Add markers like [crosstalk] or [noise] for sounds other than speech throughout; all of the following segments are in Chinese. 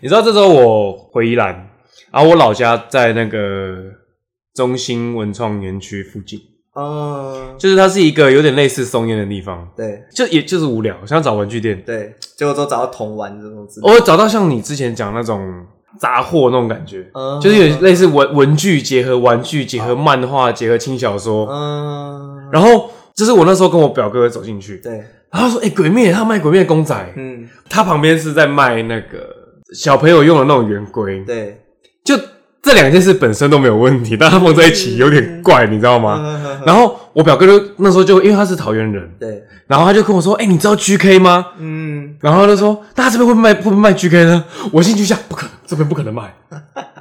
你知道这时候我回宜兰，然后我老家在那个中心文创园区附近，嗯，就是它是一个有点类似松烟的地方，对就也就是无聊，想要找玩具店，对，结果都找到铜玩这种字，我找到像你之前讲那种杂货那种感觉，嗯哦就是有点类似文文具结合玩具结合漫画结合轻小说，嗯，然后就是我那时候跟我表哥走进去，对，然后他说：“哎、鬼灭，他卖鬼灭公仔，嗯，他旁边是在卖那个小朋友用的那种圆规，对，就这两件事本身都没有问题，但它放在一起有点怪，你知道吗？”嗯啊然后我表哥就那时候就因为他是桃园人，对，然后他就跟我说：“哎、你知道 GK 吗？”嗯，然后他就说：“大家这边会不会卖会不会卖 GK 呢？”我进去一下，不可能，这边不可能卖。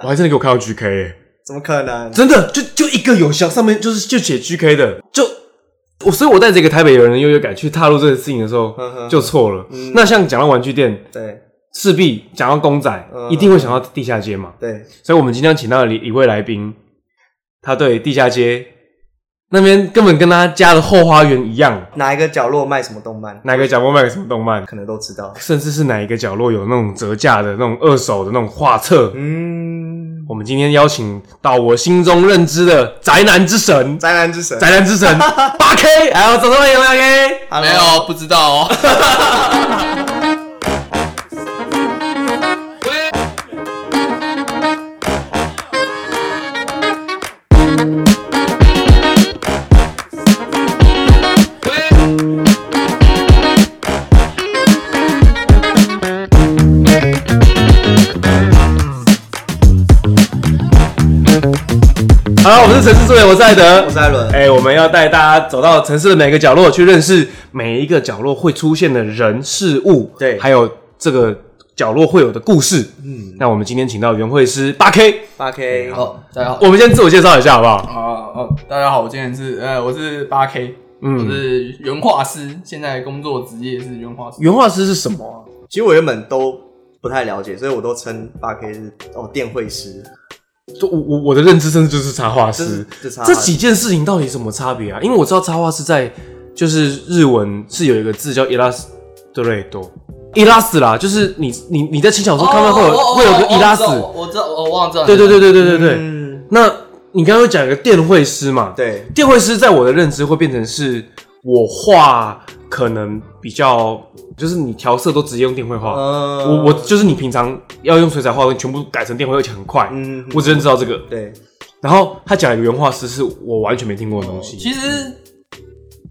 我还真的给我看到 GK，、欸、怎么可能？真的就就一个有效，上面就是就写 GK 的，就我所以，我带着一个台北有人的优越感去踏入这个事情的时候嗯哼就错了。那像讲到玩具店，对势必讲到公仔，嗯一定会想到地下街嘛。对，所以我们今天请到了一位来宾，他对地下街那边根本跟他家的后花园一样，哪一个角落卖什么动漫，哪个角落卖个什么动漫，可能都知道。甚至是哪一个角落有那种折价的那种二手的那种画册。嗯，我们今天邀请到我心中认知的宅男之神，宅男之神，宅男之神八 K，还有掌声欢迎八 K。没有，不知 [laughs] 道哦。好了，我们是城市最美，我是艾德，我是艾伦哎、我们要带大家走到城市的每个角落，去认识每一个角落会出现的人事物，对还有这个角落会有的故事。嗯，那我们今天请到原会师八 K，八 K，好，大家好。我们先自我介绍一下好不好？啊哦，大家好，我今天是呃，我是八 K，嗯我是原画师，现在工作职业是原画师。原画师是什么啊？其实我原本都不太了解，所以我都称八 K 是哦电绘师，就我我我的认知甚至就是插画这是师。这差这几件事情到底什么差别啊？因为我知道插画是在就是日文是有一个字叫 illustrator。伊拉斯啦，就是你你你在轻小说看到会哦有、会有个伊 E 拉斯，我知道，我忘了知道。对对对对对对对。嗯，那你刚刚讲一个电绘师嘛？，对电绘师在我的认知会变成是我画可能比较，就是你调色都直接用电绘画。嗯我我就是你平常要用水彩画，我全部改成电绘，而且很快。嗯我只认知道这个。对然后他讲一个原画师是我完全没听过的东西。其实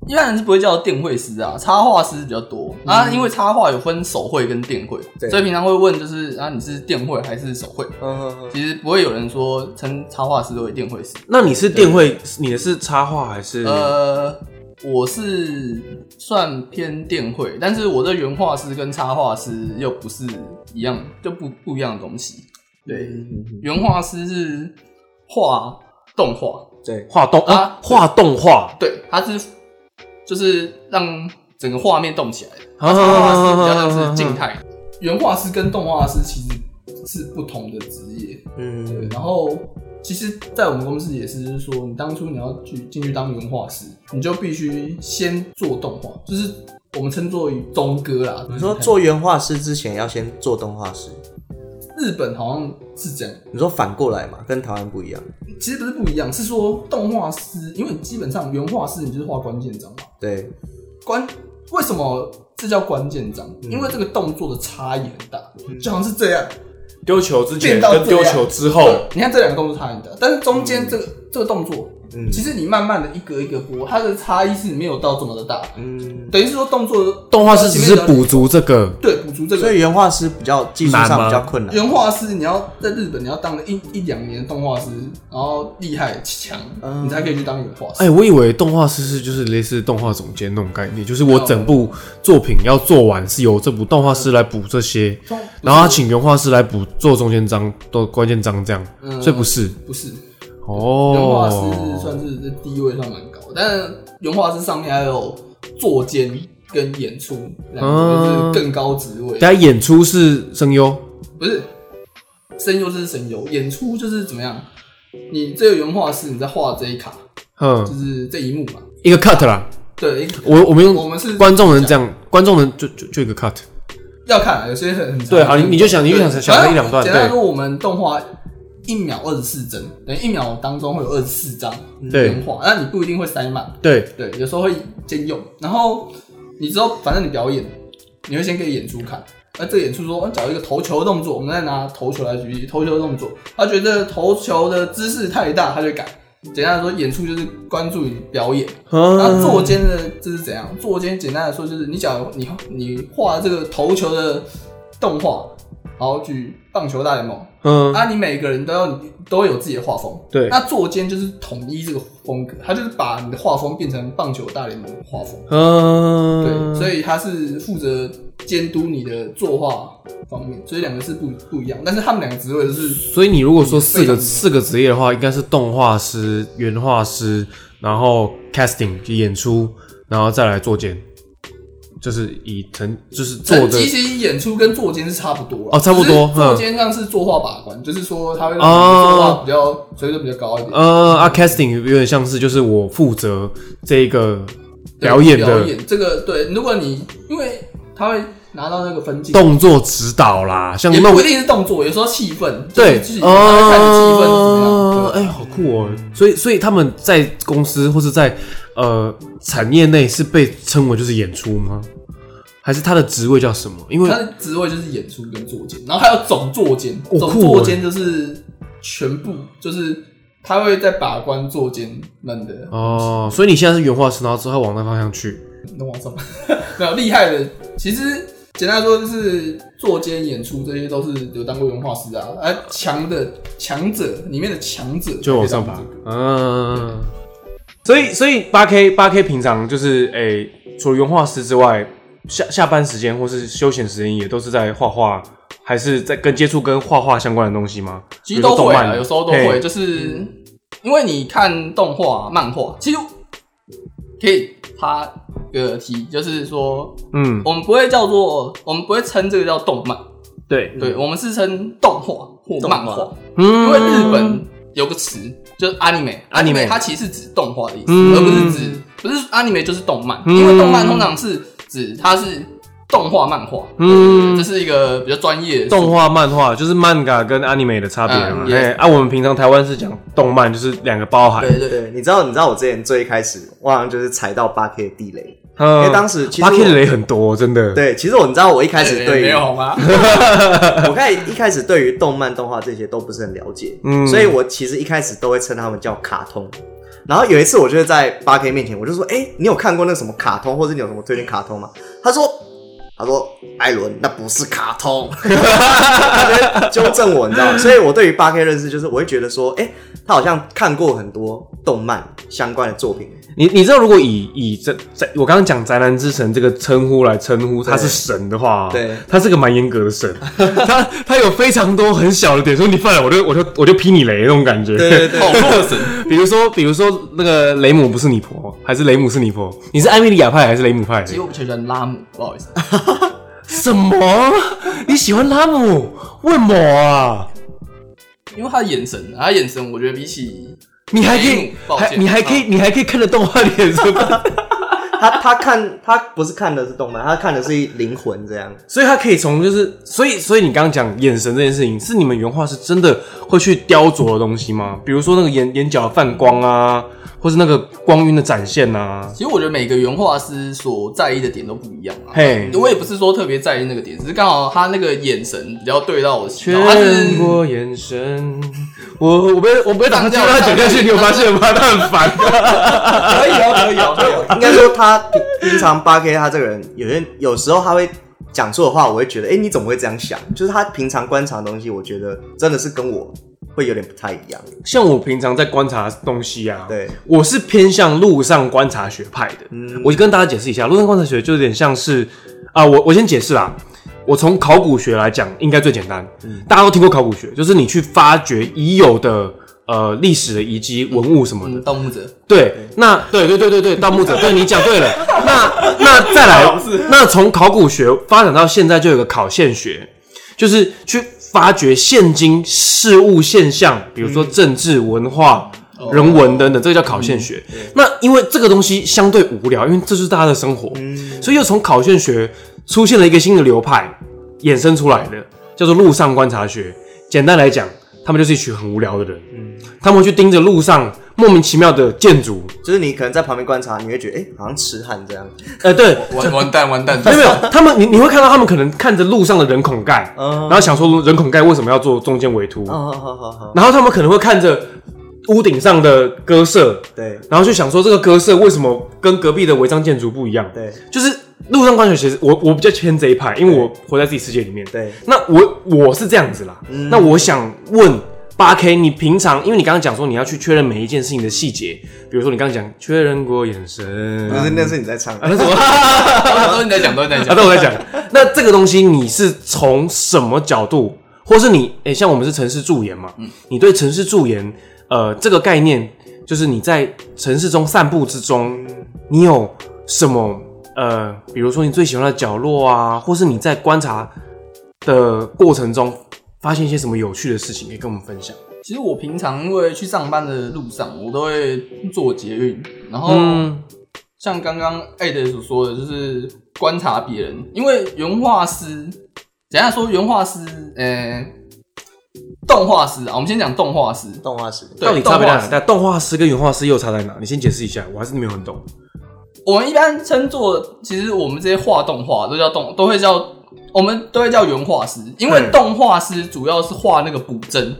一般人是不会叫电绘师啊，插画师比较多嗯啊，因为插画有分手绘跟电绘，对所以平常会问就是啊，你是电绘还是手绘？嗯其实不会有人说称插画师为电绘师。那你是电绘，你的是插画还是？呃，我是算偏电绘，但是我的原画师跟插画师又不是一样，就不不一样的东西。嗯对，原画师是画动画，对画动啊啊，画动画。对，它是就是让整个画面动起来的。啊插画师比较像是静态，原画师跟动画师其实是不同的职业。对，嗯然后其实，在我们公司也是，就是说，你当初你要去进去当原画师，你就必须先做动画，就是我们称作于中歌啦。你说做原画师之前要先做动画师，日本好像是这样，你说反过来嘛，跟台湾不一样。其实不是不一样，是说动画师，因为你基本上原画师你就是画关键章嘛，对，关为什么这叫关键章？因为这个动作的差异很大，嗯就好像是这样。丢球之前变到跟这样丢球之后，对你看这两个动作差异很大，但是中间这个、这个动作，嗯其实你慢慢的一格一格播，它的差异是没有到这么的大。嗯，等于是说动作动画师只是前面的补足这个对补足这所个。以原画师比较技术难上吗比较困难。原画师，你要在日本，你要当了一一两年的动画师，然后厉害强，你才可以去当原画师。嗯哎、我以为动画师是就是类似动画总监那种概念，就是我整部作品要做完，是由这部动画师来补这些，中然后他请原画师来补做中间章、做关键章这样，嗯所以不是不是嗯原画师是哦。算是这地位算蛮高，但是原画师上面还有作监跟演出两嗯个就是更高职位，大家演出是声优，不是声优就是声优，演出就是怎么样？你这个原画师你在画这一卡，就嗯，是这一幕嘛，一个 cut 啦。对，一个我我们我们用是观众人这样，观众人就就就一个 cut，要看，有些很很长对好你你就想你就想对想那一两段简单来对说，我们动画一秒二十四帧，等于一秒当中会有二十四张对原画，那你不一定会塞满，对对，有时候会兼用。然后你之后反正你表演，你会先给演出看。那这个演出说，啊找一个投球的动作，我们再拿投球来举例，投球的动作，他觉得投球的姿势太大，他就改。简单来说，演出就是关注你表演。那啊，坐肩的这是怎样？坐肩简单来说就是，你假如你你画这个投球的动画，好举棒球大联盟，嗯，啊，你每个人都要都有自己的画风。对那坐肩就是统一这个风格，它就是把你的画风变成棒球大联盟的画风。嗯，对，所以以他是负责监督你的作画方面，所以两个是不不一样，但是他们两个职位就是所以你如果说四嗯非个常四个职业的话，应该是动画师、原画师，然后 casting 就演出，然后再来做监，就是以成就是做成的绩其实演出跟坐监是差不多啦哦差不多只嗯是坐监上是作画把关，就是说他会让哦你作画比较水准比较高一点。呃啊 casting 有点像是就是我负责这一个对表演表的演这个对，如果你因为他会拿到那个分镜，动作指导啦，像也那不我一定是动作，有时候气氛，对哦就是自己他会看气氛怎么样。哎，对好酷哦！所以所以他们在公司或是在呃产业内是被称为就是演出吗？还是他的职位叫什么？因为他的职位就是演出跟作监，然后还有总作监，哦总酷作哎监就是全部，就是他会在把关作监们的，哦，所以你现在是原画师，然后之后往那方向去。能往上 [laughs] 没有厉害的。其实简单来说，就是作监演出这些都是有当过原画师啊，而强的强者里面的强者就往才可上以当爬这个。嗯，所以所以八 K 八 K 平常就是诶、除了原画师之外，下下班时间或是休闲时间也都是在画画，还是在跟接触跟画画相关的东西吗？其实都比如说会动漫啊，有时候都嘿会，就是因为你看动画、漫画，其实可以插个题，就是说嗯，我们不会叫做，我们不会称这个叫动漫，对，对我们是称动画或漫动画画，嗯因为日本有个词就是 anime，anime anime 它其实是指动画的意思，嗯而不是指不是 anime 就是动漫，嗯因为动漫通常是指它是动画漫画，嗯这是一个比较专业的动画、漫画就是 manga 跟 anime 的差别嘛。嗯哎、啊，我们平常台湾是讲动漫，就是两个包含。对对对，对，你知道，你知道我之前最一开始，我好像就是踩到八 K 的地雷，嗯，因为当时其实八 K 的我雷很多，真的。，对，其实我你知道，我一开始对哎没于有好吗？我开始一开始对于动漫、动画这些都不是很了解，嗯所以我其实一开始都会称他们叫卡通。然后有一次，我就是在八 K 面前，我就说：“哎、你有看过那个什么卡通，或者你有什么推荐卡通吗？”他说：“他说艾伦，那不是卡通。”他就会纠正我，你知道吗？所以我对于八 K 认识就是，我会觉得说，哎、他好像看过很多动漫相关的作品。你你知道，如果以以这在我刚刚讲宅男之神这个称呼来称呼他是神的话，对他是个蛮严格的神， [laughs] 他他有非常多很小的点，说你犯了我就我就我就劈你雷那种感觉。[laughs] 对对对好弱神，比如说比如说那个雷姆不是你婆，还是雷姆是你婆？你是艾米莉亚派还是雷姆派的其？实我比较喜欢拉姆，不好意思，什么？你喜欢拉姆？为么啊？因为他的眼神，他的眼神我觉得比起你还可雷以姆，抱歉还你还可以，你还可以看得动画脸是吧？他他看他不是看的是动漫，他看的是灵魂这样。 [laughs] 所以他可以从就是，所以所以你刚刚讲眼神这件事情，是你们原画是真的会去雕琢的东西吗？比如说那个眼眼角的泛光啊，或是那个光晕的展现啊，其实我觉得每个原画师所在意的点都不一样啊。嘿，我也不是说特别在意那个点，只是刚好他那个眼神比较对到我心，确然后他是认过眼神。我我被我被打算接他讲下去，你有发现吗？他很烦。 [laughs] 可以哦，可以哦，可以哦。应该说他平平常八 K 他这个人，有些有时候他会讲错的话，我会觉得，哎、你怎么会这样想？就是他平常观察的东西，我觉得真的是跟我会有点不太一样。 [laughs] 像我平常在观察东西啊，对，我是偏向路上观察学派的。嗯我就跟大家解释一下，路上观察学就有点像是啊，我我先解释啦。我从考古学来讲，应该最简单。大家都听过考古学，就是你去发掘已有的呃历史的遗迹、文物什么的。嗯，盗墓者，对，那对对对对对，盗墓者，对你讲对了。那那再来，那从考古学发展到现在，就有个考现学，就是去发掘现今事物现象，比如说政治、文化、哦人文等等，这个叫考现学。那因为这个东西相对无聊，因为这就是大家的生活，所以又从考现学出现了一个新的流派，衍生出来的，叫做路上观察学。简单来讲，他们就是一群很无聊的人，他们会去盯着路上莫名其妙的建筑，就是你可能在旁边观察，你会觉得哎、诶好像痴汉这样，呃， [laughs] 对，完完蛋 [laughs] 完蛋，没有没有，他们你你会看到他们可能看着路上的人孔盖，嗯然后想说人孔盖为什么要做中间围凸，哦，好好好好，然后他们可能会看着屋顶上的鸽舍，对然后就想说这个鸽舍为什么跟隔壁的违章建筑不一样？对就是路上观察学，我我比较偏这一派，因为我活在自己世界里面。对，那我我是这样子啦，那我想问八 K，你平常因为你刚刚讲说你要去确认每一件事情的细节，比如说你刚刚讲确认过眼神，不是那是你在唱，啊，那是我。都是你在讲，都是你在 [laughs] 啊，讲。对我在讲，那这个东西你是从什么角度，或是你，诶、像我们是城市驻研嘛，嗯你对城市驻研，呃，这个概念，就是你在城市中散步之中，你有什么，呃，比如说你最喜欢的角落啊，或是你在观察的过程中发现一些什么有趣的事情，可以跟我们分享。其实我平常因为去上班的路上，我都会坐捷运，然后嗯，像刚刚艾德所说的，就是观察别人，因为原画师，等一下说原画师，呃、动画师啊，我们先讲动画师，动画师，对到底差别在动画哪？师但动画师跟原画师又差在哪？你先解释一下，我还是没有很懂。我们一般称作，其实我们这些画动画都叫动，都会叫我们都会叫原画师，因为嗯动画师主要是画那个补帧，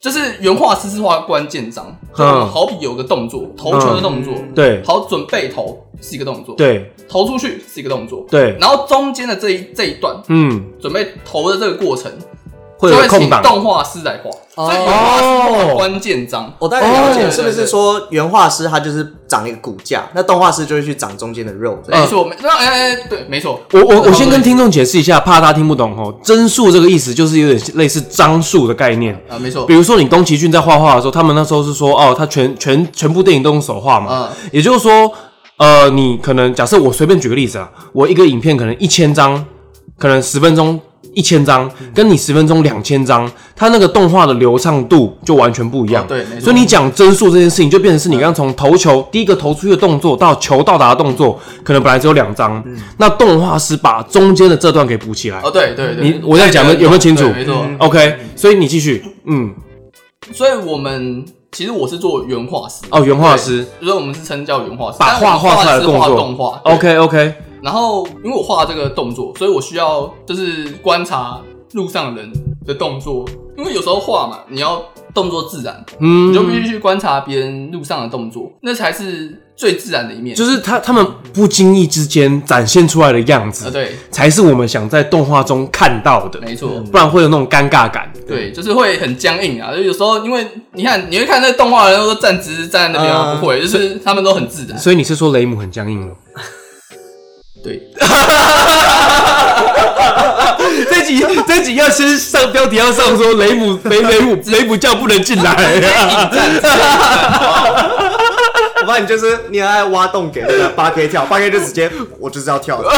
就是原画师是画关键章，就嗯好比有个动作，投球的动作，嗯对好准备投是一个动作，，对投出去是一个动作，对，然后中间的这一这一段嗯，准备投的这个过程，会就有会空请档。动画师来画，所以原画师画关键章，哦我大概了哦解，是不是说原画师他就是长一个骨架，那动画师就会去长中间的肉？这样没错，没，那哎哎对，没错，我我我先哦跟听众解释一下，怕他听不懂哦。帧数这个意思就是有点类似张数的概念。啊，没错比，如说你宫崎骏在画画的时候，他们那时候是说哦，他全全全部电影都用手画嘛，啊，也就是说，呃，你可能假设我随便举个例子啊，我一个影片可能一千张，可能十分钟一千张，跟你十分钟两千张，它那个动画的流畅度就完全不一样。哦对没错所以你讲帧数这件事情，就变成是你刚刚从投球第一个投出去的动作到球到达的动作，可能本来只有两张，那动画师把中间的这段给补起来。嗯哦，对对对，你我在讲的有没有清楚嗯对没错， OK，所以你继续，嗯，所以我们其实我是做原画师，哦，原画师所以我们是称叫原画师，把画画画出来的动画作动画。 ，OK OK，然后因为我画这个动作，所以我需要就是观察路上人的动作，因为有时候画嘛，你要动作自然，你就必嗯，须去观察别人路上的动作，那才是最自然的一面。就是是他他们不经意之间展现出来的样啊，子，对，才是我们想在动画中看到的，没错。不然会有那种尴尬感。对，就是会很僵硬啊，就有时候因为你看，你会看那动画的人都站直站在那边啊，嗯不会，就是他们都很自然。所以你是说雷姆很僵硬了？对， [laughs] 这集这集要先上标题，要上说雷姆雷雷姆雷姆叫不能进来。我发现你就是你还挖洞给那个八 K 跳，八 K 就直接我就是要跳 [laughs] 的，我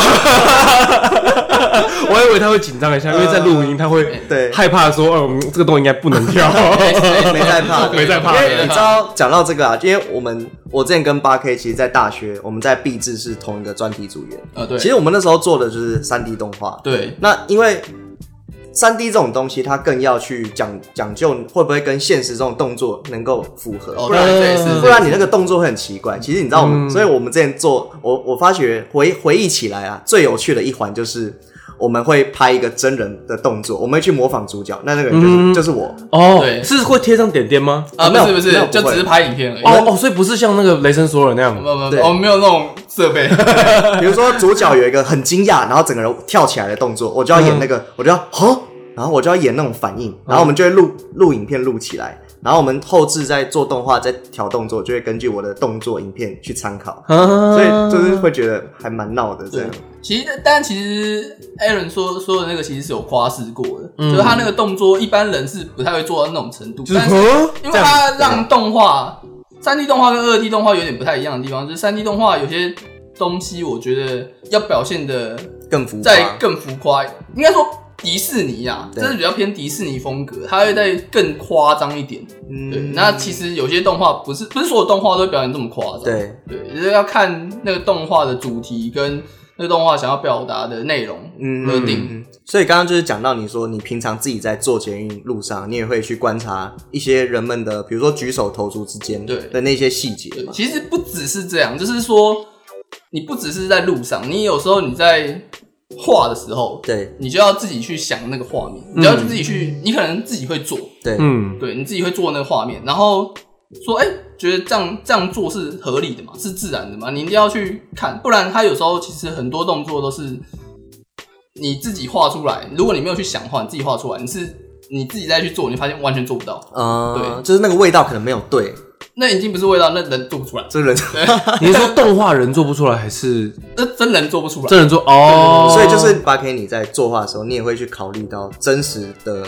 还以为他会紧张一下，因为在录音他会对害怕说，嗯，这个洞应该不能 [laughs] 跳。 [laughs] 没在 [laughs] 怕，没在怕因为你知道讲到这个啊，因为我们我之前跟八 K 其实，在大学我们在 B 制是同一个专题组员，呃，对，其实我们那时候做的就是三 D 动画，对，那因为三 D 这种东西，它更要去讲讲究会不会跟现实这种动作能够符合，哦，不然对，对嗯是，不然你那个动作会很奇怪。其实你知道我们，所以我们之前做，我我发觉回回忆起来啊，最有趣的一环就是我们会拍一个真人的动作，我们会去模仿主角，那那个人就是、嗯就是我，哦对，是会贴上点点吗？啊，不没是有不没是有，就不会只是拍影片而已。哦哦，所以不是像那个雷神索尔那样没。有没有没对有，我们没有那种设备。 [laughs] [laughs] 比如说主角有一个很惊讶，然后整个人跳起来的动作，我就要演那个，我就要哈，然后我就要演那种反应，然后我们就会录录影片录起来，然后我们后置在做动画在调动作，就会根据我的动作影片去参考，啊所以就是会觉得还蛮闹的这样。其实，但其实 Aaron 说说的那个其实是有夸饰过的，嗯就是他那个动作一般人是不太会做到那种程度，就是但是嗯因这为样啊他让动画三 D 动画跟二 D 动画有点不太一样的地方，就是三 D 动画有些东西我觉得要表现的更浮夸再更浮夸，应该说迪士尼啊，对真的比较偏迪士尼风格，它会再更夸张一点。对，嗯那其实有些动画不是不是所有动画都会表演这么夸张，对对，就是要看那个动画的主题跟那动画想要表达的内容嗯而定。嗯所以刚刚就是讲到你说，你平常自己在做捷运路上，你也会去观察一些人们的，比如说举手投足之间对的那些细节对嘛。其实不只是这样，就是说，你不只是在路上，你有时候你在画的时候，对你就要自己去想那个画面，你就要自己去，你可能自己会做，对，嗯，对，你自己会做那个画面，然后说，哎、觉得这样这样做是合理的嘛，是自然的嘛，你一定要去看，不然他有时候其实很多动作都是你自己画出来，如果你没有去想的话，你自己画出来，你是你自己再去做，你发现完全做不到，呃，对就是那个味道可能没有对，那已经不是味道，那人做不出来，这人， [laughs] 你是说动画人做不出来，还是那真人做不出来。真人做？哦， [laughs] 所以就是八 K 你在作画的时候，你也会去考虑到真实的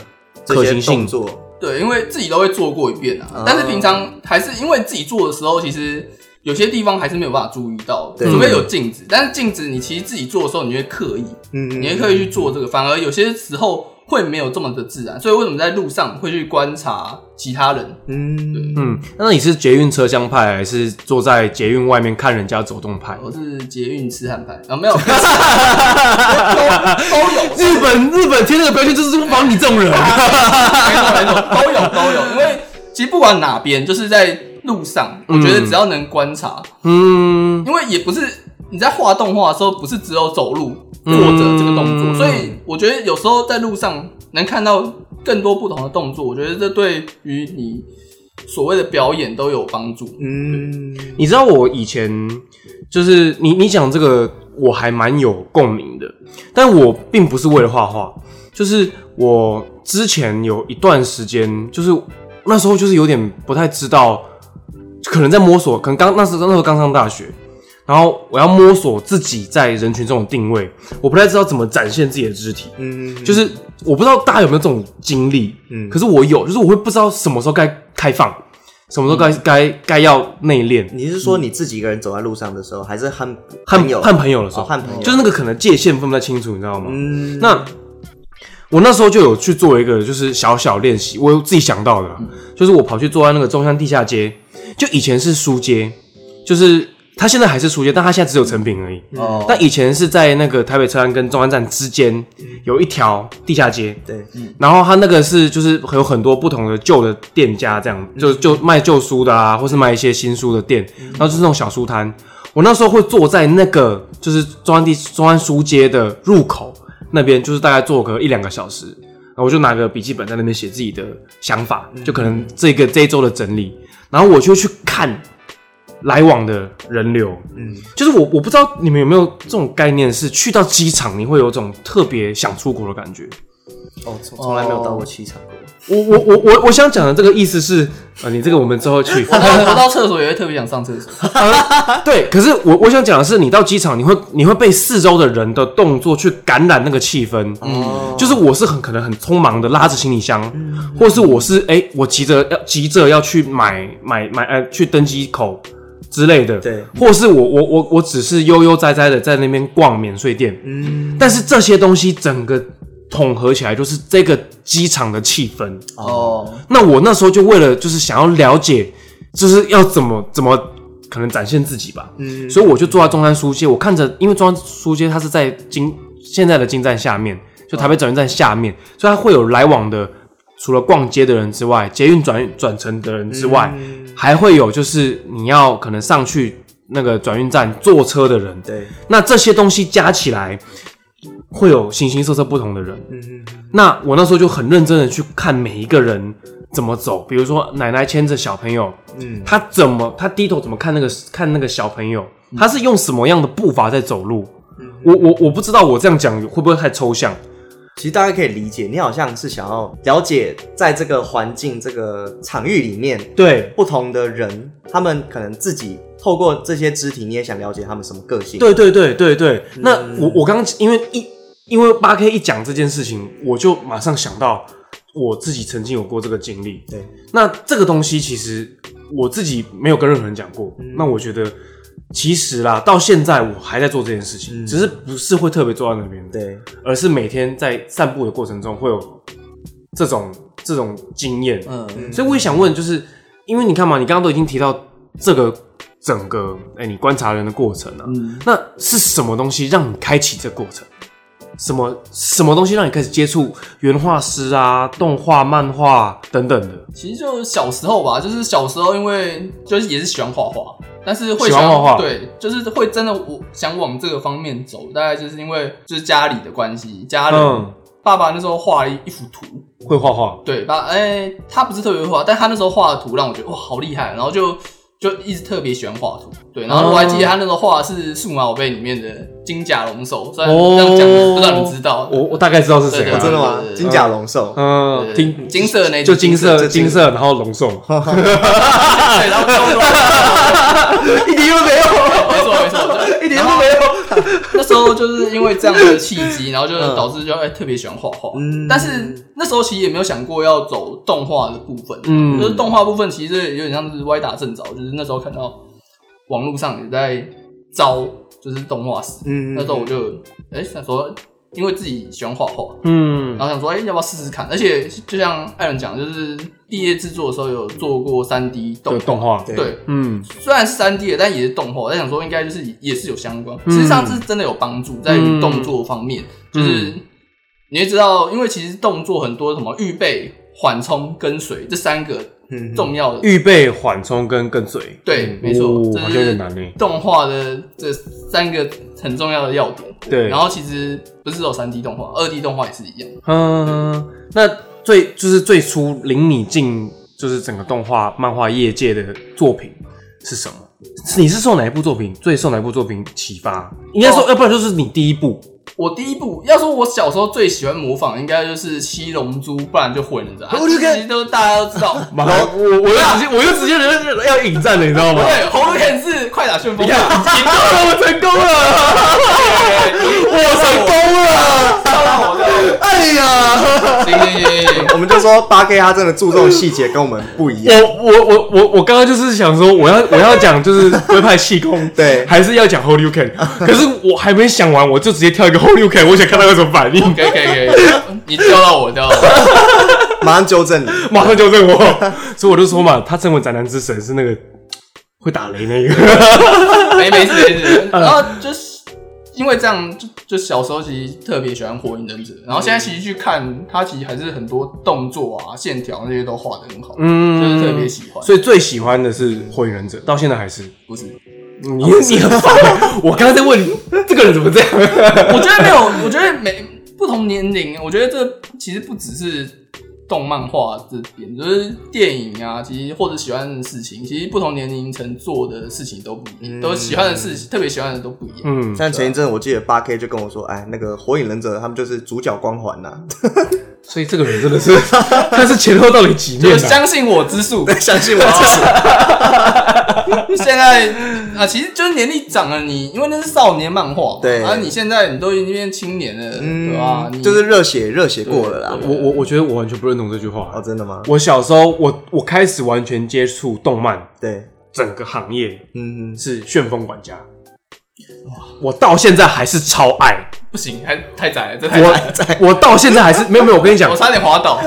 这可些行性动作，对，因为自己都会做过一遍啊，啊但是平常还是因为自己做的时候，其实有些地方还是没有办法注意到，对除非有镜子。但是镜子你其实自己做的时候，你会刻意，嗯，你会刻意去做这个，反而有些时候会没有这么的自然。所以为什么在路上会去观察其他人？嗯，嗯，那你是捷运车厢派，还是坐在捷运外面看人家走动派？我是捷运痴汉派啊，没有，都都有，日本日本贴那个标签就是不防你这种人，没错没错，都有都有。因为其实不管哪边，就是在路上，我觉得只要能观察， [laughs] 嗯，因为也不是你在画动画的时候，不是只有走路、坐嗯着这个动作，所以我觉得有时候在路上能看到更多不同的动作，我觉得这对于你所谓的表演都有帮助。嗯，你知道我以前就是你你讲这个，我还蛮有共鸣的，但我并不是为了画画，就是我之前有一段时间，就是那时候就是有点不太知道，可能在摸索，可能刚那时候那时候刚上大学。然后我要摸索自己在人群中的定位，我不太知道怎么展现自己的肢体，嗯，嗯，就是我不知道大家有没有这种经历，嗯可是我有，就是我会不知道什么时候该开放，什么时候嗯该该该要内敛，你是说你自己一个人走在路上的时候，还是和嗯和友和朋友的时候，哦和朋友就是那个可能界限分不太清楚，你知道吗？嗯，那我那时候就有去做一个就是小小练习，我有自己想到的啦，嗯就是我跑去坐在那个中山地下街，就以前是书街，就是它现在还是书街，但它现在只有成品而已。嗯哦。但以前是在那个台北车站跟中山站之间有一条地下街，对，然后它那个是就是有很多不同的旧的店家，这样就就卖旧书的啊，或是卖一些新书的店，然后就是那种小书摊。我那时候会坐在那个就是中山地中山书街的入口那边，就是大概坐个一两个小时，然后我就拿个笔记本在那边写自己的想法，就可能这个这一周的整理，然后我就去看来往的人流，嗯，就是我我不知道你们有没有这种概念，是去到机场你会有种特别想出国的感觉。哦，从从来没有到过机场过，我我我我我想讲的这个意思是，呃，你这个我们之后去 [laughs] 啊我到我到厕所也会特别想上厕所，呃对，可是我我想讲的是，你到机场，你会你会被四周的人的动作去感染那个气氛。嗯哦就是我是很可能很匆忙的拉着行李箱，嗯或是我是哎、我急着要急着要去买买买呃去登机口之类的，对，或是我我我我只是悠悠哉哉的在那边逛免税店，嗯，但是这些东西整个统合起来就是这个机场的气氛。哦，那我那时候就为了就是想要了解，就是要怎么怎么可能展现自己吧，嗯所以我就坐在中山书街，我看着，因为中山书街它是在金现在的金站下面，就台北转运站下面，所以它会有来往的，除了逛街的人之外，捷运转转乘的人之外，嗯还会有就是你要可能上去那个转运站坐车的人，对，那这些东西加起来，会有形形色色不同的人。嗯那我那时候就很认真的去看每一个人怎么走，比如说奶奶牵着小朋友，嗯她怎么她低头怎么看那个看那个小朋友，嗯她是用什么样的步伐在走路？我我我不知道我这样讲会不会太抽象？其实大家可以理解，你好像是想要了解在这个环境、这个场域里面对不同的人，他们可能自己透过这些肢体，你也想了解他们什么个性。，对对对对对。嗯那我我刚刚因为一因为八 K 一讲这件事情，我就马上想到我自己曾经有过这个经历。对，那这个东西其实我自己没有跟任何人讲过。嗯那我觉得其实啦，到现在我还在做这件事情，嗯只是不是会特别坐在那边，，对，而是每天在散步的过程中会有这种这种经验。嗯，所以我也想问，就是因为你看嘛，你刚刚都已经提到这个整个哎、你观察人的过程啊。嗯，那是什么东西让你开启这过程？什么什么东西让你开始接触原画师啊、动画、漫画等等的？其实就是小时候吧，就是小时候因为就是也是喜欢画画，但是会喜欢想画画对，就是会真的我想往这个方面走，大概就是因为就是家里的关系，家人、嗯，爸爸那时候画了一一幅图，会画画，对，爸哎、他不是特别会画，但他那时候画的图让我觉得哇好厉害，然后就就一直特别喜欢画图，对，嗯然后我还记得他那时候画的是《数码宝贝》里面的金甲龙兽，虽然哦这样讲不知道你知道，我我大概知道是谁对了。哦真的吗对对？对金甲龙兽，嗯，对听金色的那一就只金色这金色，然后龙兽， [laughs] 对，然后然后然后一点都没有，没错没错，对一点都没有。那时候就是因为这样的契机，然后就导致就哎、特别喜欢画画。嗯但是那时候其实也没有想过要走动画的部分，嗯就是动画部分其实有点像是歪打正着，就是那时候看到网络上也在招就是动画师，嗯那时候我就哎、想说，因为自己喜欢画画，嗯然，后想说哎、要不要试试看，而且就像艾伦讲，就是毕业制作的时候有做过三 D 动对，动画，对对，嗯，虽然是三 D 的，但也是动画。但想说应该就是也是有相关，事实嗯上是真的有帮助，在于动作方面，就是你会知道，因为其实动作很多什么预备、缓冲、跟随这三个嗯重要的，预备、缓冲跟跟随，对，没错哦，好这像有点是难呢。动画的这三个很重要的要点。对，然后其实不是只有三 D 动画，二 D 动画也是一样。嗯，那最就是最初领你进就是整个动画漫画业界的作品是什么？是你是受哪一部作品最受哪一部作品启发？应该说，哦要不然就是你第一部我第一部要说，我小时候最喜欢模仿，应该就是《七龙珠》，不然就《火影忍者》啊。我就可以其实都大家都知道，妈我我我就直接我就直接人要引战了，你知道吗？对，红鹿眼是快打旋 [laughs] 风你。看， [laughs] 成功了，我成功了， [laughs] 我成功了！哎呀，行行行行行，我们就说八 K 他真的注重细节，跟我们不一 [laughs] 样。我我我我我刚刚就是想说，我要我要讲就是龟派气功，对还是要讲 Holy Can，可是我还没想完，我就直接跳一个 Holy Can，我想看他有什么反应， [laughs] 可以可以可以，你教到我教到我，马上纠正你，马上纠正我，所以我就说嘛，他成为宅男之神是那个会打雷那个，没没事没事。然后就是因为这样，就就小时候其实特别喜欢火影忍者，然后现在其实去看他，其实还是很多动作啊、线条那些都画的很好，嗯就是特别喜 [laughs] 欢。所以最喜欢的是火影忍者，到现在还是。不是，你你很烦，哦我刚刚在问你，这个人怎么这样？ [laughs] 我觉得没有，我觉得每不同年龄，我觉得这其实不只是。动漫画这边就是电影啊，其实或者喜欢的事情，其实不同年龄层做的事情都不一样，嗯都喜欢的事情，特别喜欢的都不一样。嗯，像前一阵我记得八 K 就跟我说，哎，那个火影忍者他们就是主角光环呐、 [laughs] 所以这个人真的是，他是前后到底几就面是啊？相信我 [laughs] 之术。相信 [laughs] 我，现在啊，其实就是年龄长了你，因为那是少年漫画嘛，对啊，你现在你都已经变青年了，嗯对吧？你嗯就是热血热血过了啦对。我我我觉得我完全不认同这句话。哦，真的吗？我小时候，我我开始完全接触动漫对，整个行业嗯，是旋风管家，哦我到现在还是超爱，不行，还太窄了，这太窄了，我我到现在还是没有没有，我跟你讲我，差点滑倒。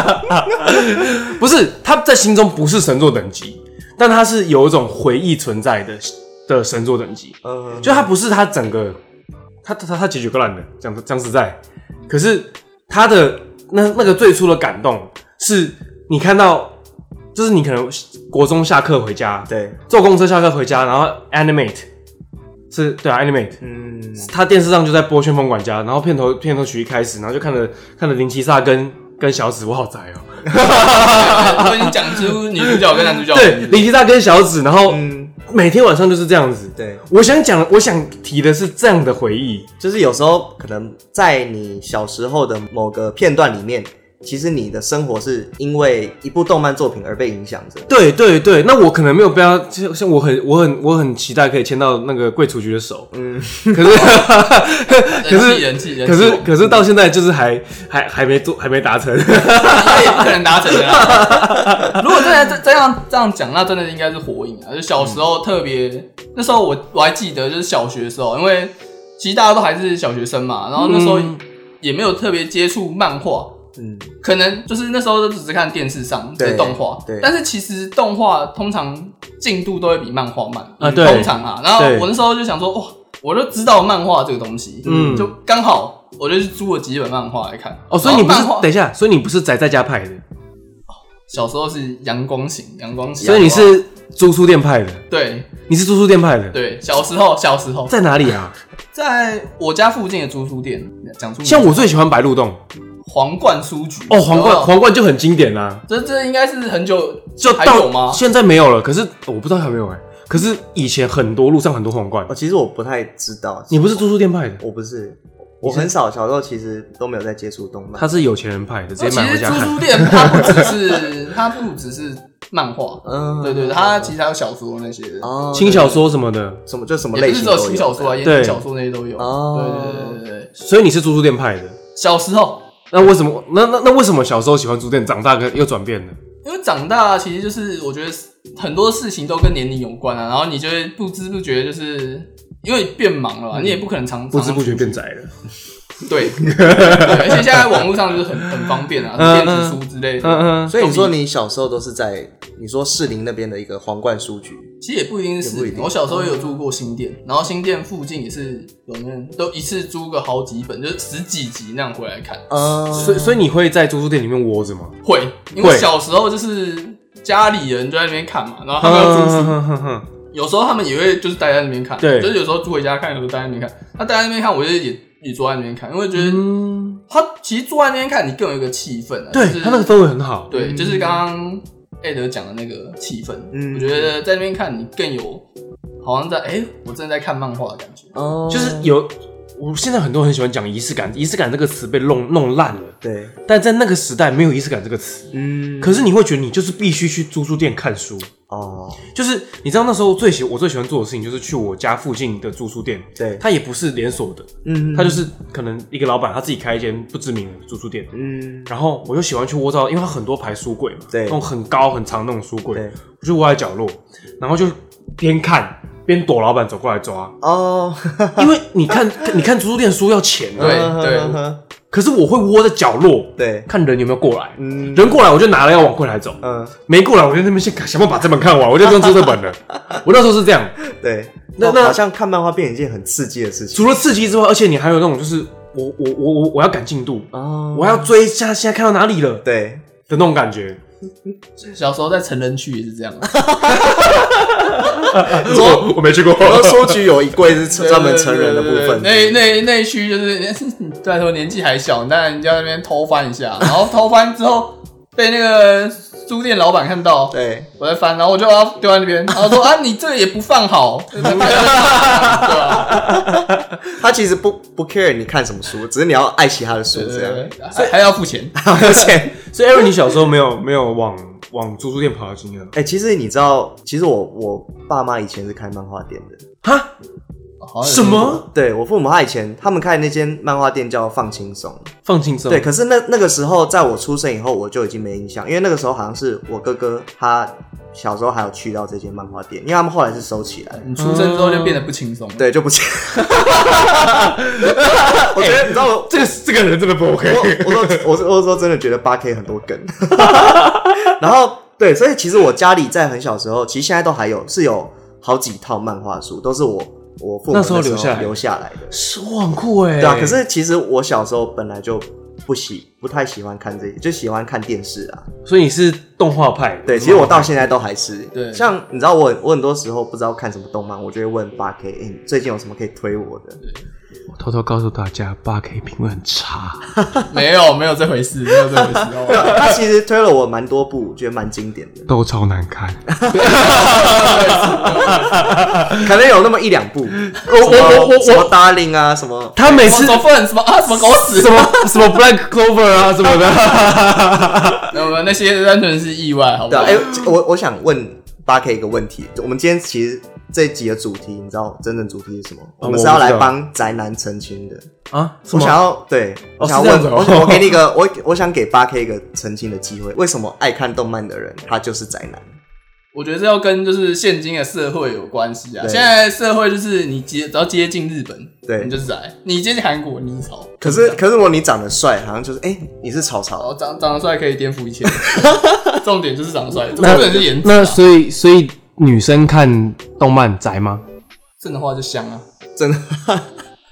[laughs] 不是他在心中不是神作等级，但他是有一种回忆存在的的神作等级，呃，就他不是他整个，他他他结局够烂的，讲讲实在，可是他的那那个最初的感动，是你看到，就是你可能国中下课回家，对，坐公车下课回家，然后 animate 是对啊 animate，嗯，他电视上就在播《旋风管家》，然后片头片头曲一开始，然后就看了看了林七萨跟跟小紫，我好宅哦、我已经讲出女主角跟男主角，对，林七萨跟小紫，然后嗯，每天晚上就是这样子。对，我想讲，我想提的是这样的回忆，就是有时候可能在你小时候的某个片段里面，其实你的生活是因为一部动漫作品而被影响着。对对对，那我可能没有被他，像像我很我很我很期待可以牵到那个贵雏菊的手，嗯，可 [laughs] 是可人气是人气人气，可是可是到现在就是还还还没做还没达成，嗯 [laughs] 他也不可能达成的啊。 [laughs] 如果真的这这样这样讲，那真的应该是火影啊！就小时候特别，那时候我我还记得，就是小学的时候，因为其实大家都还是小学生嘛，然后那时候嗯也没有特别接触漫画，嗯，可能就是那时候都只是看电视上的对动画对，但是其实动画通常进度都会比漫画慢啊对通常啊。然后对我那时候就想说，哇，我就知道漫画这个东西，嗯就刚好我就去租了几本漫画来看。哦，所以你不是然后漫画等一下，所以你不是宅在家派的，小时候是阳光型，阳光型，所以你是租书店派的，对你是租书店派的，对，小时候小时候在哪里啊？在我家附近的租书店，讲出名字像我最喜欢白鹿洞皇冠书局哦，皇嗯有没冠有皇冠就很经典啦、啊这这应该是很久就还到有吗？现在没有了，可是我不知道还有没有哎、可是以前很多路上很多皇冠哦，，其实我不太知道，你不是租书店派的，我不是，我很少小时候其实都没有在接触动漫他。是有钱人派的，直接哦其买回实家租看。书店它不 [laughs] 只是它不只是漫画，嗯对对对，它其实还有小说那些，哦，轻小说什么的，什么就什么也类不是型只都有有轻小说啊，言对情小说那些都有。哦对对对对对，所以你是租书店派的。小时候那为什么？那那那为什么小时候喜欢租书店，长大跟又转变了？因为长大其实就是我觉得很多事情都跟年龄有关啊，然后你就会不知不觉就是。因为变忙了嘛，你也不可能常嗯不知不觉常常变宅了。对， [laughs] 对而且现在网络上就是很很方便啊，嗯电子书之类的，嗯嗯，所以你说你小时候都是在你说士林那边的一个皇冠书局，其实也不一定是也不一市定民，我小时候也有住过新店，然后新店附近也是有那种都一次租个好几本，就是十几集那样回来看。嗯，所以所以你会在租书店里面窝着吗？会，因为小时候就是家里人就在那边看嘛，然后他们嗯要租书，哼哼哼有时候他们也会就是待在那边看，对就是有时候租回家看，有时候待在那边看。那待在那边看，我就也也坐在那边看，因为觉得嗯，他其实坐在那边看，你更有一个气氛啊。就对是他那个氛围很好。对，就是刚刚艾德讲的那个气氛，嗯我觉得在那边看你更有好像在哎、我真的在看漫画的感觉。哦就是有，我现在很多人很喜欢讲仪式感，仪式感这个词被弄弄烂了，对，但在那个时代没有仪式感这个词。嗯，可是你会觉得你就是必须去租书店看书，哦，就是你知道那时候最喜我最喜欢做的事情就是去我家附近的租书店，对它也不是连锁的，嗯，它就是可能一个老板他自己开一间不知名的租书店，嗯，然后我就喜欢去窝到，因为它很多排书柜嘛，对那种很高很长那种书柜对，我就窝在角落，然后就边看边躲老板走过来 [laughs] 抓，哦，因为你看你看租书店书要钱的，对对可是我会窝在角落 [laughs] 对，看人有没有过来，嗯人过来我就拿了要往柜台走，嗯，没过来我就在那边先想办法把这本看完，我就不用租这本了。我那时候是这样，对，那哦那好像看漫画变成一件很刺激的事情除了刺激之外，而且你还有那种就是我我我我我要赶进度，哦我要追一下现在看到哪里了的对，那种感觉。小时候在成人区也是这样啊， [laughs] 我我没去过，然后书局有一柜是专门成人的部分， [laughs] 对对对对对那那那一区就是 [laughs] 你再说年纪还小，当然要那边偷翻一下，然后偷翻之后被那个书店老板看到，对，我在翻，然后我就把它丢在那边，然后说啊，你这个也不放 [laughs] 好，对吧？他其实不不 care 你看什么书，只是你要爱惜他的书对这样对，对，所以还要付钱。而且。 [laughs] 所以 Aaron，你小时候没有没有往往租书店跑的经验吗？哎、其实你知道，其实我我爸妈以前是开漫画店的。哈？好像有什么？对我父母，他以前他们开的那间漫画店叫放轻松。放轻松？对，，可是那那个时候，在我出生以后，我就已经没印象，因为那个时候好像是我哥哥他小时候还有去到这间漫画店，因为他们后来是收起来了。你出生之后就变得不轻松了。对，就 [laughs] 不见。我觉哎得、你知道我这个这个人真的不 OK。我我说我说我说真的觉得八 K 很多梗， [laughs] 然后对，所以其实我家里在很小时候，其实现在都还有是有好几套漫画书，都是我我父母那时候那时留下来留下来的，是我很酷哎、对啊。可是其实我小时候本来就不喜不太喜欢看这些，就喜欢看电视啊。所以你是动画派？对，其实我到现在都还是对像你知道我我很多时候不知道看什么动漫，我就会问八 K，、欸、你最近有什么可以推我的？我偷偷告诉大家，八 K 评论很差。没有没有这回事，没有这回事。 [laughs] 哦好不好 [laughs] 他其实推了我蛮多部，觉得蛮经典的，都超难看，可能有那么一两部。我我我什我么我， darling 啊，什么他每什次么粪什么啊什么狗屎什么什么 Black Clover 啊什么的，没有没有，那些单纯是意外，好不对啊，嗯好？哎、我我想问八 K 一个问题，我们今天其实这一集的主题，你知道真正主题是什么？我们是要我不知来道帮宅男澄清的。啊，什我想么？要对，我想是要这问，样子哦我想我给你一个，我我想给八 K 一个澄清的机会。为什么爱看动漫的人他就是宅男？我觉得这要跟就是现今的社会有关系啊。对现在社会就是你接只要接近日本，对你就是宅；你接近韩国，你是潮。可是可是如果你长得帅，好像就是哎、你是草哦，草，长长得帅可以颠覆一 [laughs] 切，重点就是长得帅，重那点是颜值啊、那所以所以女生看动漫宅吗？正的话就香啊。 [laughs] 真的，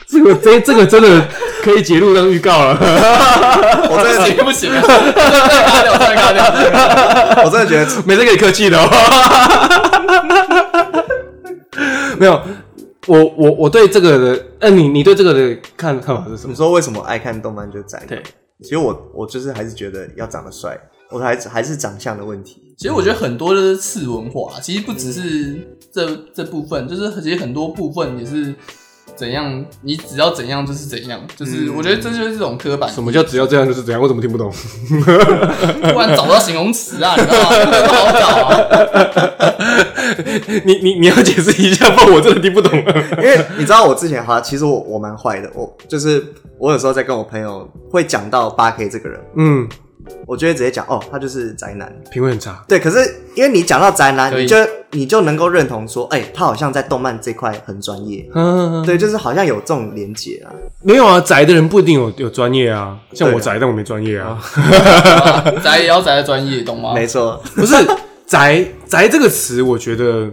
这个这这个真的可以截录当预告了。我真不的行 [laughs] 不行啊， [laughs] 再尬掉，再尬掉再尬掉。我真的觉得没这个客气的、哦， [laughs] 没有。我我我对这个的，那、你你对这个的看看法是什么你？说为什么爱看动漫就宅？对，其实我我就是还是觉得要长得帅，我还是还是长相的问题。 [laughs] 其实我觉得很多就是次文化，其实不只是这这部分，就是其实很多部分也是怎样，你只要怎样就是怎样，就是嗯我觉得这就是这种刻板，什么叫只要这样就是怎样？我怎么听不懂？ [laughs] 突然找不到形容词啊，你知道吗？不好找啊。你你你要解释一下，不然我真的听不懂了。因为你知道我之前哈，其实我我蛮坏的，我就是我有时候在跟我朋友会讲到八 K 这个人，嗯，我就会直接讲哦，他就是宅男。品味很差。对，可是因为你讲到宅男，可以你就你就能够认同说，哎、他好像在动漫这块很专业。嗯，对，就是好像有这种连结啊。没有啊，宅的人不一定有有专业啊，像我对啊宅，但我没专业啊。宅也要宅的专业，[laughs] 懂吗？没错，不是宅宅这个词，我觉得，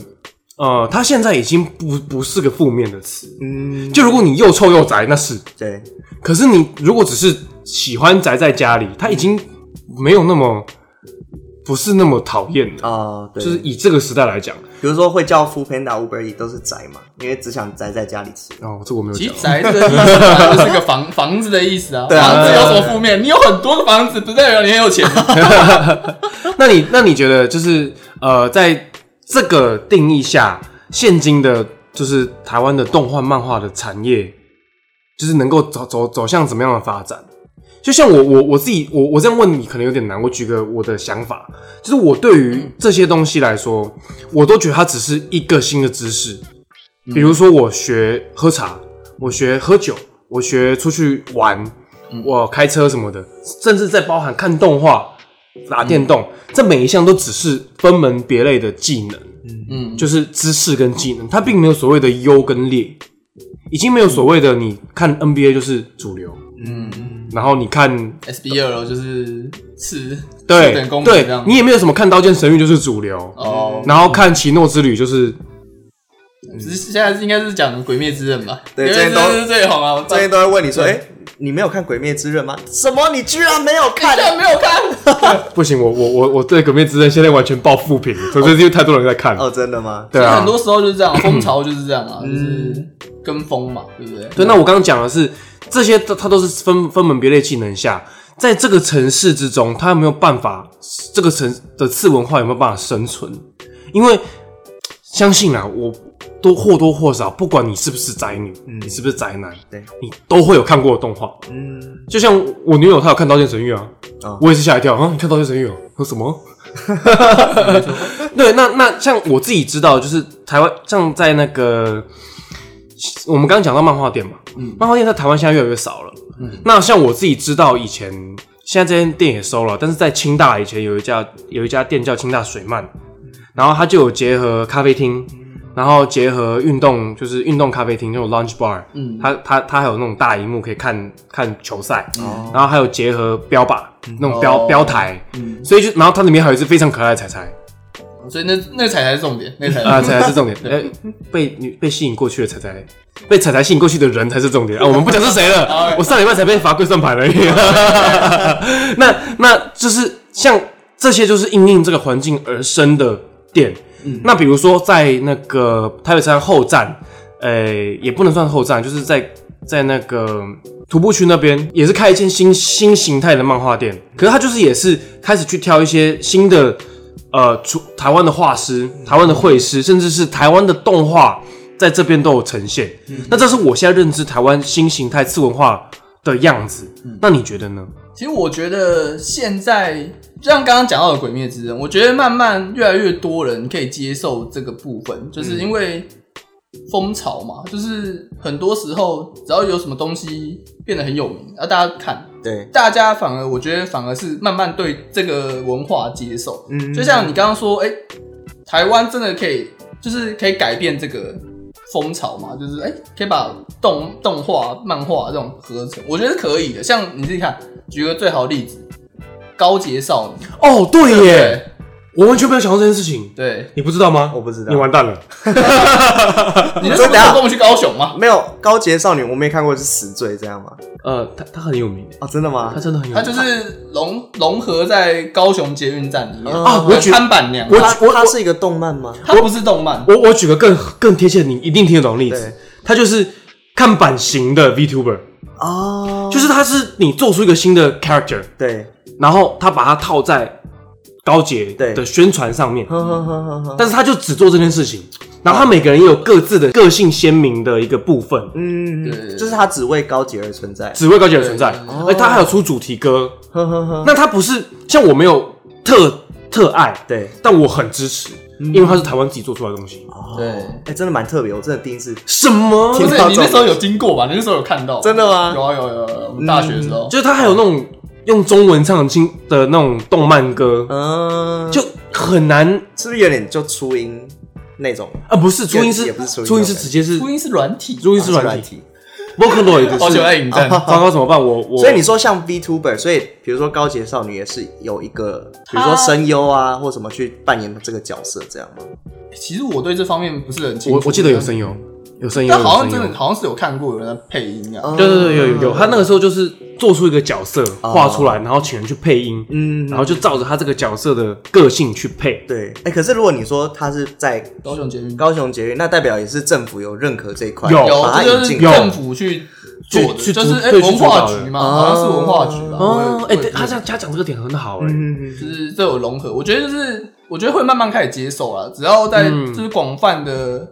呃，它现在已经不不是个负面的词。嗯，就如果你又臭又宅，那是；对，可是你如果只是喜欢宅在家里，它已经没有那么不是那么讨厌了。哦，对，就是以这个时代来讲，比如说会叫 f o o Panda、Uber E 都是宅嘛，因为只想宅在家里吃。哦，这我没有其实讲。宅这个意思本来就是个房房子的意思啊，对啊房子对有啊什么负面？你有很多个房子，不代表你很有钱。 [laughs] 那你那你觉得就是呃，在这个定义下，现今的就是台湾的动画漫画的产业，就是能够走走走向怎么样的发展？就像我我我自己我我这样问你可能有点难，我举个我的想法，就是我对于这些东西来说，我都觉得它只是一个新的知识。比如说我学喝茶，我学喝酒，我学出去玩，我开车什么的，甚至在包含看动画、打电动，这每一项都只是分门别类的技能，嗯，就是知识跟技能，它并没有所谓的优跟劣，已经没有所谓的你看 NBA 就是主流，嗯，然后你看 SBL 就是次对次等公民这对样，。你也没有什么看《刀剑神域》就是主流，哦，然后看《奇诺之旅》就是只嗯是现在应该是讲《鬼灭之刃》吧？对鬼这些灭之都刃是最红啊！我 [laughs] 最近都会问你说，哎、你没有看《鬼灭之刃》吗？什么？你居然没有看 [laughs] 居？然没有看，不行，我我我我对《鬼灭之刃》现在完全爆负评，哦可是因为太多人在看，哦，真的吗？对啊，很多时候就是这样，风潮就是这样啊，就是跟风嘛，对不对？对，那我刚刚讲的是这些都，它都是分分门别类技能下，在这个城市之中，它有没有办法，这个城的次文化有没有办法生存？因为相信啊，我多或多或少，不管你是不是宅女，你是不是宅男，嗯对你都会有看过的动画。嗯，就像我女友，她有看《刀剑神域》啊，哦我也是吓一跳啊！你看《刀剑神域》哦，有什么？ [laughs] 对，那那像我自己知道，就是台湾像在那个我们刚刚讲到漫画店嘛，嗯漫画店在台湾现在越来越少了。那像我自己知道以前，现在这间店也收了，但是在清大以前有一家有一家店叫清大水漫，然后它就有结合咖啡厅，嗯然后结合运动，就是运动咖啡厅那种 lunch bar，嗯它它它还有那种大荧幕可以看看球赛，哦然后还有结合标靶那种标哦标台，嗯，所以就然后它里面还有一只非常可爱的彩彩所以那那才才是重点，那才啊，才彩彩是重点，呃，被女被吸引过去的彩彩。被彩彩吸引过去的人才是重点啊！我们不讲是谁了 Okay，我上礼拜才被罚跪算盘而已。 [laughs] 那那就是像这些，就是因应这个环境而生的店。那比如说在那个台北车站后站，呃，也不能算后站，就是在在那个徒步区那边，也是开一间新新形态的漫画店。可是他就是也是开始去挑一些新的，呃，出台湾的画师、台湾的绘师，甚至是台湾的动画，在这边都有呈现。那这是我现在认知台湾新形态次文化的样子。那你觉得呢？其实我觉得现在，就像刚刚讲到的《鬼灭之刃》，我觉得慢慢越来越多人可以接受这个部分，就是因为风潮嘛，就是很多时候只要有什么东西变得很有名，然后大家看，对，大家反而我觉得反而是慢慢对这个文化接受。嗯就像你刚刚说，哎、台湾真的可以，就是可以改变这个风潮嘛？就是哎、可以把动动画、漫画这种合成，我觉得是可以的。像你自己看，举个最好的例子，《高洁少女》哦，对对 [laughs] 耶，我完全没有想到这件事情，对，你不知道吗？我不知道你完蛋了。你那时候不是有跟我们去高雄吗？没有高洁少女，我没看过是死罪这样吗？呃，他他很有名耶，哦，真的吗他？真的很有它名。就是融融合在高雄捷运站里面啊哦我觉得看板娘，我它我它是一个动漫吗？它不是动漫，我我举个更更贴切，你一定听得懂的例对子，他就是看版型的 VTuber，哦，就是他是你做出一个新的 character，对，然后他把它套在高捷对的宣传上面，呵呵呵呵呵，但是他就只做这件事情，然后他每个人也有各自的个性鲜明的一个部分，嗯，就是它只为高洁而存在。只为高捷而存在而对，他还有出主题歌，呵呵呵，那他不是像我没有特特爱，对，但我很支持，因为他是台湾自己做出来的东西。对。哎，真的蛮特别，我真的第一次，什么？听不是你那时候有经过吧？你那时候有看到？真的吗有啊有啊有啊有啊，我们大学的时候，嗯就是他还有那种用中文唱经的那种动漫歌，嗯，就很难是不是有点就初音那种？啊！不是初音也是不是初音初音是直接是初音是软体，初音是软体，，Vocaloid 好久是。啊在引战。糟糕，怎么办？我我所以你说像 VTuber，所以比如说高洁少女也是有一个，比如说它声优啊或什么去扮演这个角色这样吗？ [laughs] 其实我对这方面不是很清楚，我我记得有声，优，有声优，但好像有真声优的好像是有看过有人在配音啊。对对对，有有有，他那个时候就是做出一个角色画出来，然后请人去配音，嗯，然后就照着他这个角色的个性去配。对，哎、可是如果你说他是在高雄捷运高雄捷运，那代表也是政府有认可这一块，有有，把它这引就是进有来。政府去做的，去去就主是哎对去文化主导的局嘛，好像是文化局吧。哦，我哎，也对，他这我也样他讲这个点很好哎，嗯，就是这有融合，我觉得就是我觉得会慢慢开始接受了，只要在嗯就是广泛的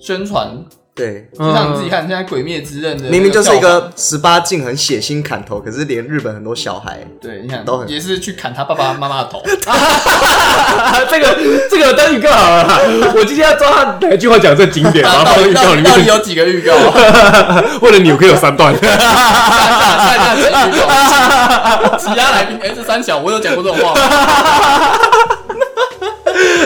宣传，对，就像你自己看现在《鬼灭之刃》的那票房，明明就是一个十八禁很血腥砍头，可是连日本很多小孩，对，你看都很也是去砍他爸爸妈妈 [laughs] 的头，啊， [laughs] 这个这个当预告好了 [laughs] 啦，啊我今天要抓他哪一句话讲最经典，然后到放在底预告到里底到底面。有几个预告？啊为了你，我可以有三段。 [laughs] 看一下几个预告，其他来宾哎，这三小我有讲过这种话吗？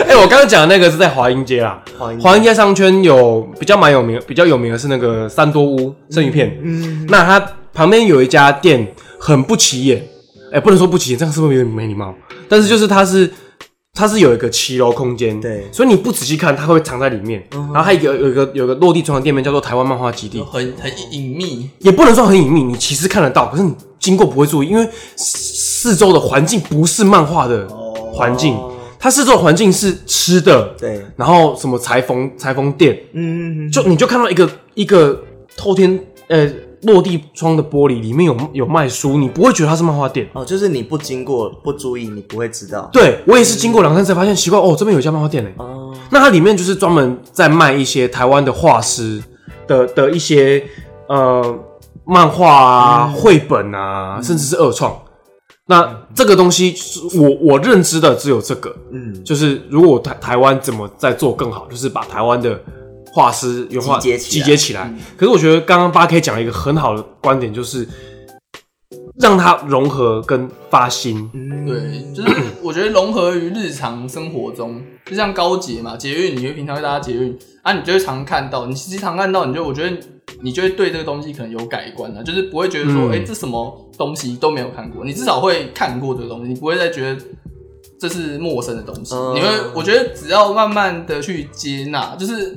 哎、我刚刚讲的那个是在华阴街啦，华阴街华阴街商圈有比较蛮有名，比较有名的是那个三多屋生鱼片，嗯，那它旁边有一家店很不起眼，哎、不能说不起眼，这样是不是有点没礼貌？但是就是它是。它是有一个骑楼空间，对所以你不仔细看，它会藏在里面。然后还有一个有一个有一个落地窗的店面叫做台湾漫画基地，很很隐秘，也不能说很隐秘，你其实看得到，可是你经过不会注意，因为四四周的环境不是漫画的环境，它四周的环境是吃的，对，然后什么裁缝裁缝店，嗯，就你就看到一个一个透天呃落地窗的玻璃里面有有卖书，你不会觉得它是漫画店。哦，就是你不经过不注意，你不会知道。对我也是经过两三次才发现奇怪哦，这边有一家漫画店嘞、哦，那它里面就是专门在卖一些台湾的画师的的一些呃漫画啊、绘、本啊，甚至是二创。那这个东西是，我我认知的只有这个，嗯，就是如果台台湾怎么在做更好，就是把台湾的画师原画集结起来起来。嗯可是我觉得刚刚八 K 讲了一个很好的观点，就是让它融合跟发新。对，就是我觉得融合于日常生活中，就像高捷嘛，捷运，你会平常会搭捷运啊，你就会常看到，你其实常看到，你就我觉得你就会对这个东西可能有改观了，就是不会觉得说，嗯哎、这什么东西都没有看过，你至少会看过这个东西，你不会再觉得。这是陌生的东西，嗯你会，我觉得只要慢慢的去接纳，就是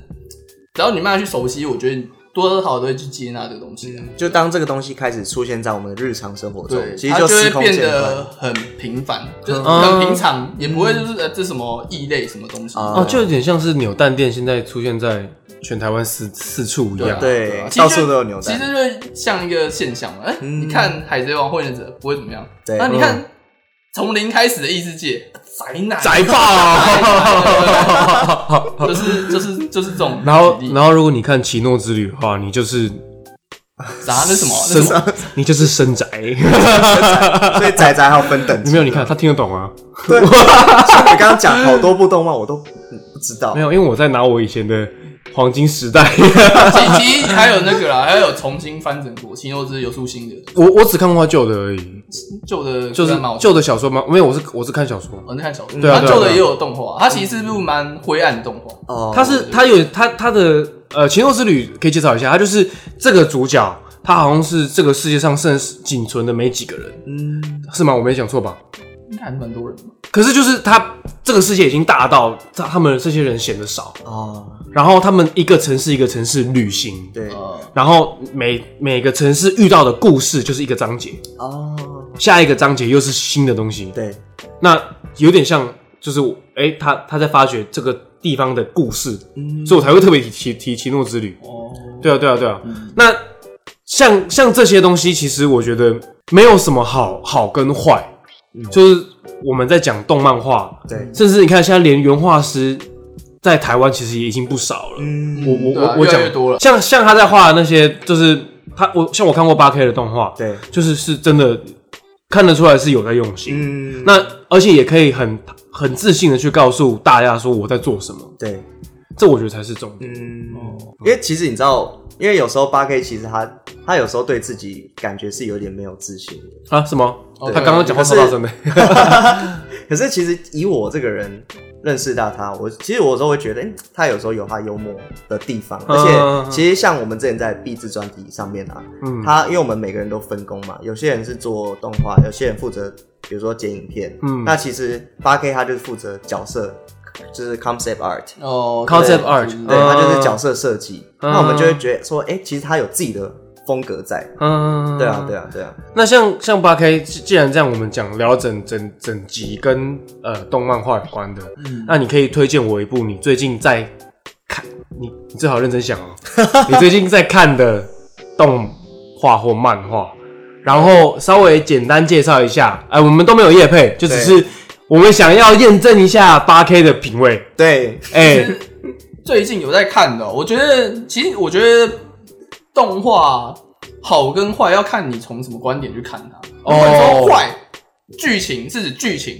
只要你慢慢去熟悉，我觉得你多多少少都会去接纳这个东西啊的、就当这个东西开始出现在我们的日常生活中对，，其实它就司会空变见惯得。很平凡，就是很嗯平常，也不会就是呃这什么异类什么东西。啊哦，就有点像是扭蛋店现在出现在全台湾四四处一对啊样。对啊到处都有扭其蛋实就像一个现象嘛，哎，嗯你看《海贼王》《火影忍者》不会怎么样，对那你嗯看从零开始的异世界，宅男，宅 [laughs] 爆！ [laughs] 就是就是就是这种举例，然后，然后，如果你看《奇诺之旅》的话，你就是啥那什么那生什么， [laughs] 你 [laughs] 就是啊生宅。所以仔仔还有分等级没。有，你看他听得懂啊？对，所以你刚刚讲好多部动漫我都不知道没。有，因为我在拿我以前的黄金时 [laughs] 代，其其实还有那个啦，还有重新翻整过《奇诺之游出新的，我我只看过他旧的而已。旧的就是蛮旧的小说吗？没有，我是我是看小说。我在看小说，对啊它对啊旧的对啊也有动画，它其实是部蛮灰暗的动画。哦，他是他有他他的呃《情肉之旅》可以介绍一下，他就是这个主角，他好像是这个世界上剩仅存的没几个人，嗯，是吗？我没讲错吧？应嗯该还是蛮多人的吧。可是就是他这个世界已经大到他他们这些人显得少，哦，然后他们一个城市一个城市旅行，对，呃，然后每每个城市遇到的故事就是一个章节，哦，下一个章节又是新的东西，对，那有点像就是我哎他他在发掘这个地方的故事，嗯，所以我才会特别提提提《奇诺之旅》。哦，对啊，对啊，对啊。嗯那像像这些东西，其实我觉得没有什么好好跟坏，嗯就是我们在讲动漫画，对，甚至你看现在连原画师在台湾其实也已经不少了。嗯，我我对啊我我越来讲越多了像像他在画的那些，就是他我像我看过八 K 的动画，对，就是是真的看得出来是有在用心。嗯，那而且也可以很很自信的去告诉大家说我在做什么，对，这我觉得才是重点。嗯，哦因为其实你知道，因为有时候八 K 其实他他有时候对自己感觉是有点没有自信的，啊？什么？哦他刚刚讲话可是超大声的。可是其实以我这个人认识到他，我其实我有时候会觉得，嗯他有时候有他幽默的地方，嗯而且其实像我们之前在壁纸专题上面啊，嗯他因为我们每个人都分工嘛，有些人是做动画，有些人负责比如说剪影片，嗯那其实八 K 他就是负责角色，就是 concept art，哦 Concept 对 art 对对他就是角色设计，嗯那我们就会觉得说，哎、其实他有自己的风格在，嗯，对啊，对。啊，对啊，那像像八 K，既既然这样，我们讲聊整整整集跟呃动漫画有关的，嗯那你可以推荐我一部你最近在看，你你最好认真 [laughs] 想哦，你最近在看的动画或漫画，然后稍微简单介绍一下。哎、我们都没有业配，就只是我们想要验证一下八 K 的品味。对，哎、 [laughs] 最近有在看的哦，我觉得其实我觉得动画好跟坏要看你从什么观点去看它。哦如果你说坏，剧情是指剧情，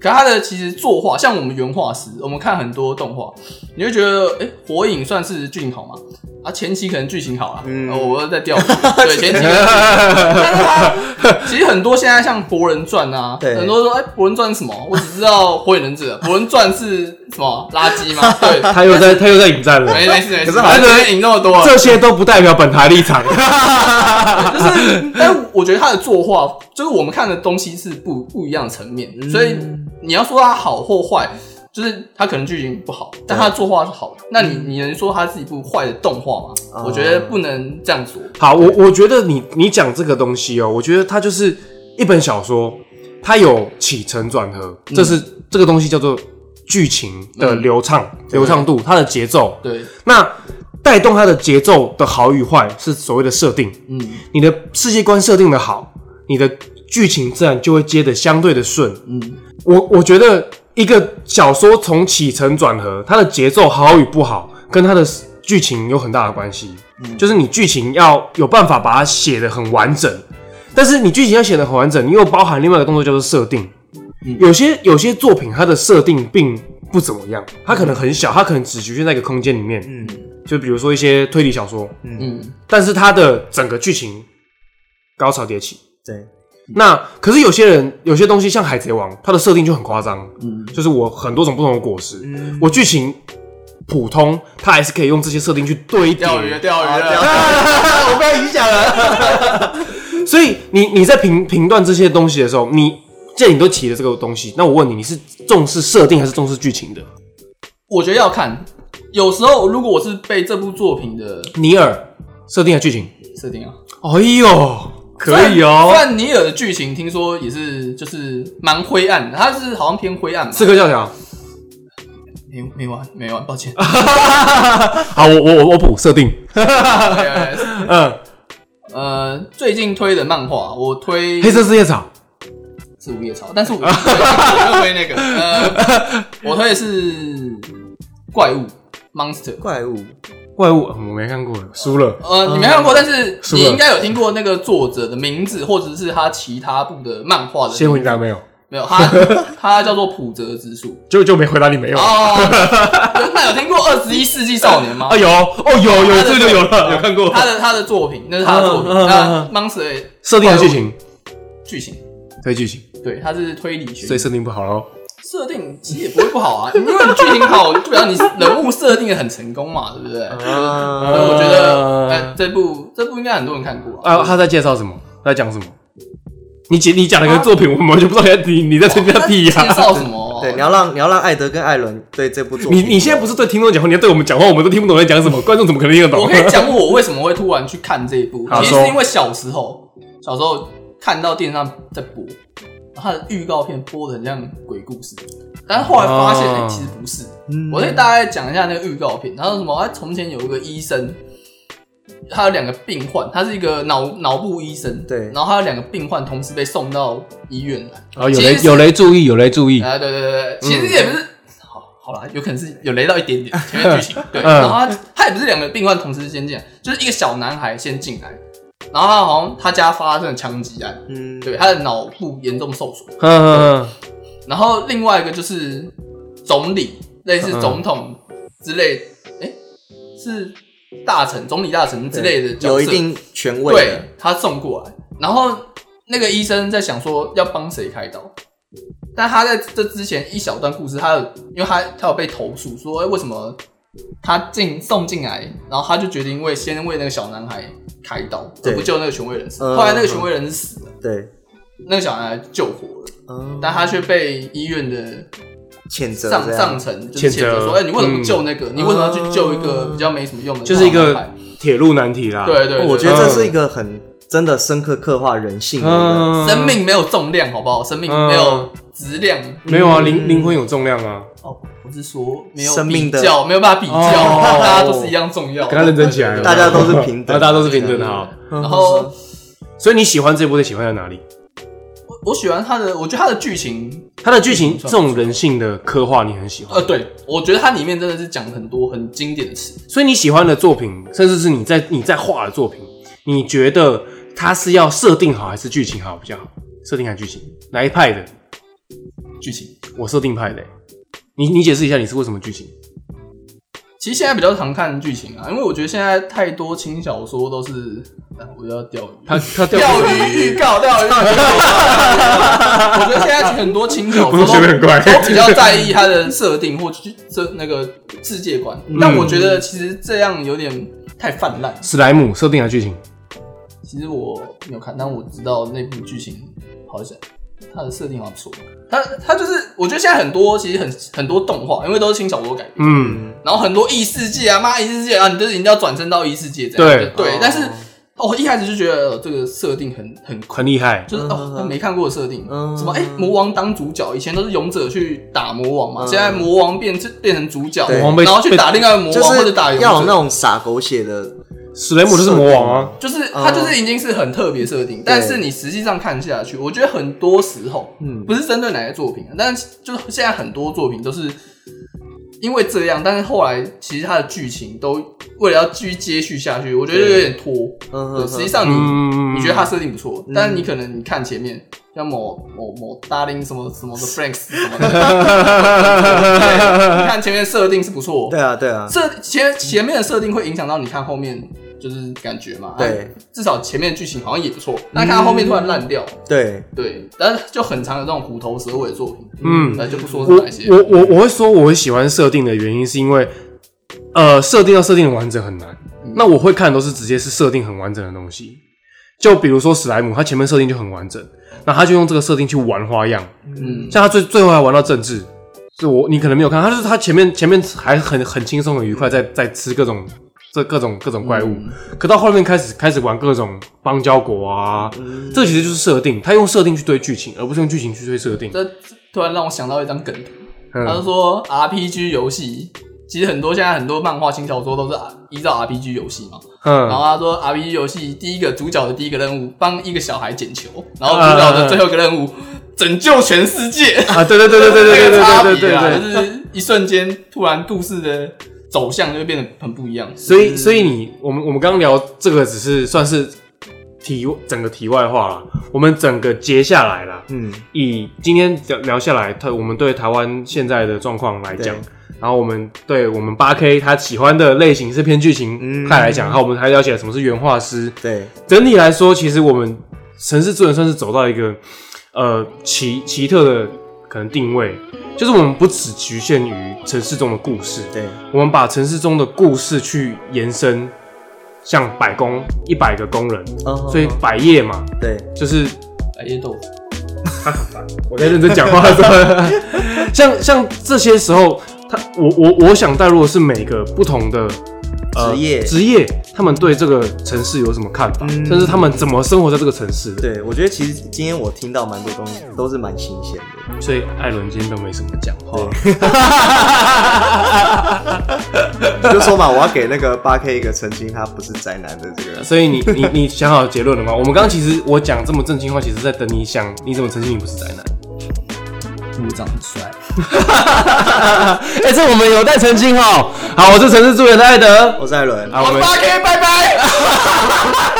可它的其实作画，像我们原画师，我们看很多动画，你会觉得，哎、火影算是剧情好吗？啊，前期可能剧情好啦，嗯嗯，我又在掉， [laughs] 对，前期可能剧情好但是它其实很多现在像《博人传》啊，对很多说哎，《博人传》是什么？我只知道《火影忍者》，《博人传》是什么垃圾吗？对，他又在他又在引战了，没没事没可事，是好像反正赢那么多了，啊这些都不代表本台立场。 [laughs] 就是，但我觉得他的作画，就是我们看的东西是不不一样的层面，所以你要说他好或坏，就是他可能剧情不好，但他的作画是好的。那你你能说他是一部坏的动画吗？哦我觉得不能这样说。好，我我觉得你你讲这个东西哦，我觉得它就是一本小说，它有起承转合，这是、这个东西叫做剧情的嗯流畅、流畅度，它的节奏，对，那带动它的节奏的好与坏是所谓的设定。嗯，你的世界观设定的好，你的剧情自然就会接的相对的顺。嗯，我我觉得一个小说从起承转合，它的节奏好与不好，跟它的剧情有很大的关系。就是你剧情要有办法把它写得很完整，但是你剧情要写得很完整，你又包含另外一个动作叫做设定。有些有些作品它的设定并不怎么样，它可能很小，它可能只局限在一个空间里面。嗯就比如说一些推理小说，嗯，但是它的整个剧情高潮迭起。对，那可是有些人有些东西像《海贼王》，它的设定就很夸张，嗯就是我很多种不同的果实，嗯我剧情普通，它还是可以用这些设定去堆叠。钓鱼钓鱼啊了， [laughs] 我不要影响 [laughs] 了，所以你你在评评断这些东西的时候，你既然你都提了这个东西，那我问你，你是重视设定还是重视剧情的？我觉得要看。有时候如果我是被这部作品的尼尔设定还是剧情？设定啊，哎呦，可以虽哦，然尼尔的剧情听说也是就是蛮灰暗的，它是好像偏灰暗吧。刺客教条。没没完没完，抱歉。 [laughs] 好，我我我我补设定。哎哎哎嗯，呃，最近推的漫画，我推黑色四叶草。是午夜草，但是我我没有推那个，呃，我推的是怪物 Monster。怪物，怪物，嗯我没看过，输了。呃，你没看过，但是嗯是你的应该有听过那个作者的名字，或者是他其他部的漫画的名字。先回答没有，没有，他他叫做普泽之树。就就没回答你没有。哦， [laughs] 那有听过《二十一世纪少年》吗啊？有哦有有这个就有了，有看过啊他的他的作品，那是他的作品。嗯嗯嗯那 Monster 哦设定和剧情，剧情，推剧情，对，它是推理学所以设定不好喽。设定其实也不会不好啊，因为你剧情好，就表示你人物设定的很成功嘛，对不对？嗯啊，所以我觉得，哎、呃这部这部应该很多人看过啊。啊，他在介绍什么？他在讲什么？你讲你讲了一个作品，我们就不知道你你在吹他屁介呀！绍什么？对，你要让你要让艾德跟艾伦对这部作你品，你现在不是对听众讲话，你要对我们讲话，我们都听不懂在讲什么，观众怎么可能听得懂？我可以讲我为什么会突然去看这一部，好其实说是因为小时候，小时候看到电视上在播，然后它的预告片播的很像鬼故事，但是后来发现，哎、哦其实不是。嗯我再大概讲一下那个预告片，然后什么？哎，从前有一个医生，他有两个病患，他是一个脑脑部医生，对然后他有两个病患同时被送到医院来。啊，有其实雷是有雷注意，有雷注意。啊，对对对对，其嗯实也不是，好好啦，有可能是有雷到一点点前 [laughs] 面剧情，对，嗯然后他他也不是两个病患同时先进来，就是一个小男孩先进来，然后他好像他家发生了枪击案，嗯，对，他的脑部严重受损，嗯嗯然后另外一个就是总理，类嗯似总统之类，哎，是大臣、总理大臣之类的角色，有一定权威对的，他送过来，然后那个医生在想说要帮谁开刀，但他在这之前一小段故事，他有因为他他有被投诉说、哎为什么他进送进来，然后他就决定为先为那个小男孩开刀，对而不救那个权威人士。嗯后来那个权威人士死了，对，那个小男孩救活了，嗯哦但他却被医院的谴责上这样上层就是谴责谴责说，哎、你为什么不嗯救那个？你为什么要去救一个比较没什么用的就小男孩？是一个铁路难题啦。对对对，啊哦我嗯觉得这是一个很真的深刻刻画人性的一个，嗯，生命没有重量，好不好？生命没有质量。没有啊，嗯灵灵魂有重量啊，哦，我是说没有生命的比较，没有办法比较，哦大家都是一样重要。嗯跟他认真起来了。大家都是平等啊大家都是平等的哈。然后所以你喜欢这部的喜欢在哪里？我我喜欢他的，我觉得他的剧情，它的剧情这种人性的刻画你很喜欢呃，，对我觉得它里面真的是讲很多很经典的词。所以你喜欢的作品，甚至是你在你在画的作品，你觉得它是要设定好还是剧情好比较好？设定还是剧情？哪一派的？剧情我设定派的欸、你你解释一下你是为什么剧情？其实现在比较常看剧情啊，因为我觉得现在太多轻小说都是，啊我又要钓鱼，他他钓钓鱼预告， [laughs] 钓鱼预告。我觉得现在很多轻小不说是学都得很快，我比较在意它的设定或去这那个世界观，嗯但我觉得其实这样有点太泛滥。 [laughs] 史莱姆设定还是剧情？其实我没有看，但我知道那部剧情好像它的设定好像不错。它它就是我觉得现在很多其实很很多动画，因为都是轻小说改编，嗯，然后很多异世界啊，妈异世界啊，你就是一定要转身到异世界这对样。对，但是我一开始就觉得这个设定很很很厉害。就是嗯哦，他没看过的设定，嗯什么哎、魔王当主角，以前都是勇者去打魔王嘛，嗯现在魔王变成变成主角，对魔王被然后去打另外一个魔就王或者是打勇要有那者，种洒狗血的，史莱姆就是魔王啊，就是嗯他就是已经是很特别设定，但是你实际上看下去，我觉得很多时候嗯，不是针对哪些作品啊，但是就是现在很多作品都是。因为这样，但是后来其实它的剧情都为了要继续接续下去，我觉得有点拖。嗯对哼实际上你、嗯，你觉得它设定不错，但是你可能你看前面像某某某 Darling 什么 [laughs] 什么的 Franks 什么的，啊对你看前面设定是不错对，啊对啊，设前前面的设定会影响到你看后面就是感觉嘛，啊，对至少前面的剧情好像也不错，但看到后面突然烂掉，对，对，但是就很长的这种虎头蛇尾的作品，嗯那就不说是我哪些，我我我会说我会喜欢设定的原因，是因为呃，设定要设定的完整很难。嗯那我会看的都是直接是设定很完整的东西，就比如说史莱姆，它前面设定就很完整，那他就用这个设定去玩花样，嗯，像他最最后还玩到政治。是我你可能没有看，他就是他前面前面还很很轻松很愉快，在嗯在吃各种这各种各种怪物，可到后面开始开始玩各种邦交国啊，嗯这其实就是设定，他用设定去堆剧情，而不是用剧情去堆设定。这突然让我想到一张梗图，嗯他就说 RPG 游戏。其实很多现在很多漫画、轻小说都是依照 RPG 游戏嘛，然嗯，后他说 RPG 游戏第一个主角的第一个任务，帮一个小孩捡球，然后主角的最后一个任务，拯救全世界。啊，对对对对对对对 [laughs] 这个差对对别对啊对，就是一瞬间突然故事的走向就会变得很不一样。所以，所以你我们我们刚刚聊这个，只是算是题整个题外话啦。我们整个接下来啦，嗯，以今天聊聊下来，他我们对台湾现在的状况来讲对，然后我们对我们八 K 他喜欢的类型是偏剧情嗯派来讲，然后我们还了解了什么是原画师。对整体来说，其实我们城市资源算是走到一个呃奇奇特的可能定位，就是我们不只局限于城市中的故事，对，我们把城市中的故事去延伸，像百工一百个工人，哦所以百业嘛，对，就是百叶豆腐，我在认真讲话的时候， [laughs] 像像这些时候，他我我我想带入的是每个不同的。呃职业职业，他们对这个城市有什么看法，嗯甚至他们怎么生活在这个城市的。对，我觉得其实今天我听到蛮多东西都是蛮新鲜的。所以艾伦今天都没什么讲话。 [laughs] 你就说嘛，我要给那个八 K 一个澄清，他不是宅男的这个。所以你你你想好结论了吗？我们刚刚其实我讲这么正经话，其实在等你想你怎么澄清你不是宅男。部长很帅，哎、这我们有待澄清哦。好，我是城市助理的艾德。我是艾伦，好，我们八 K，拜拜。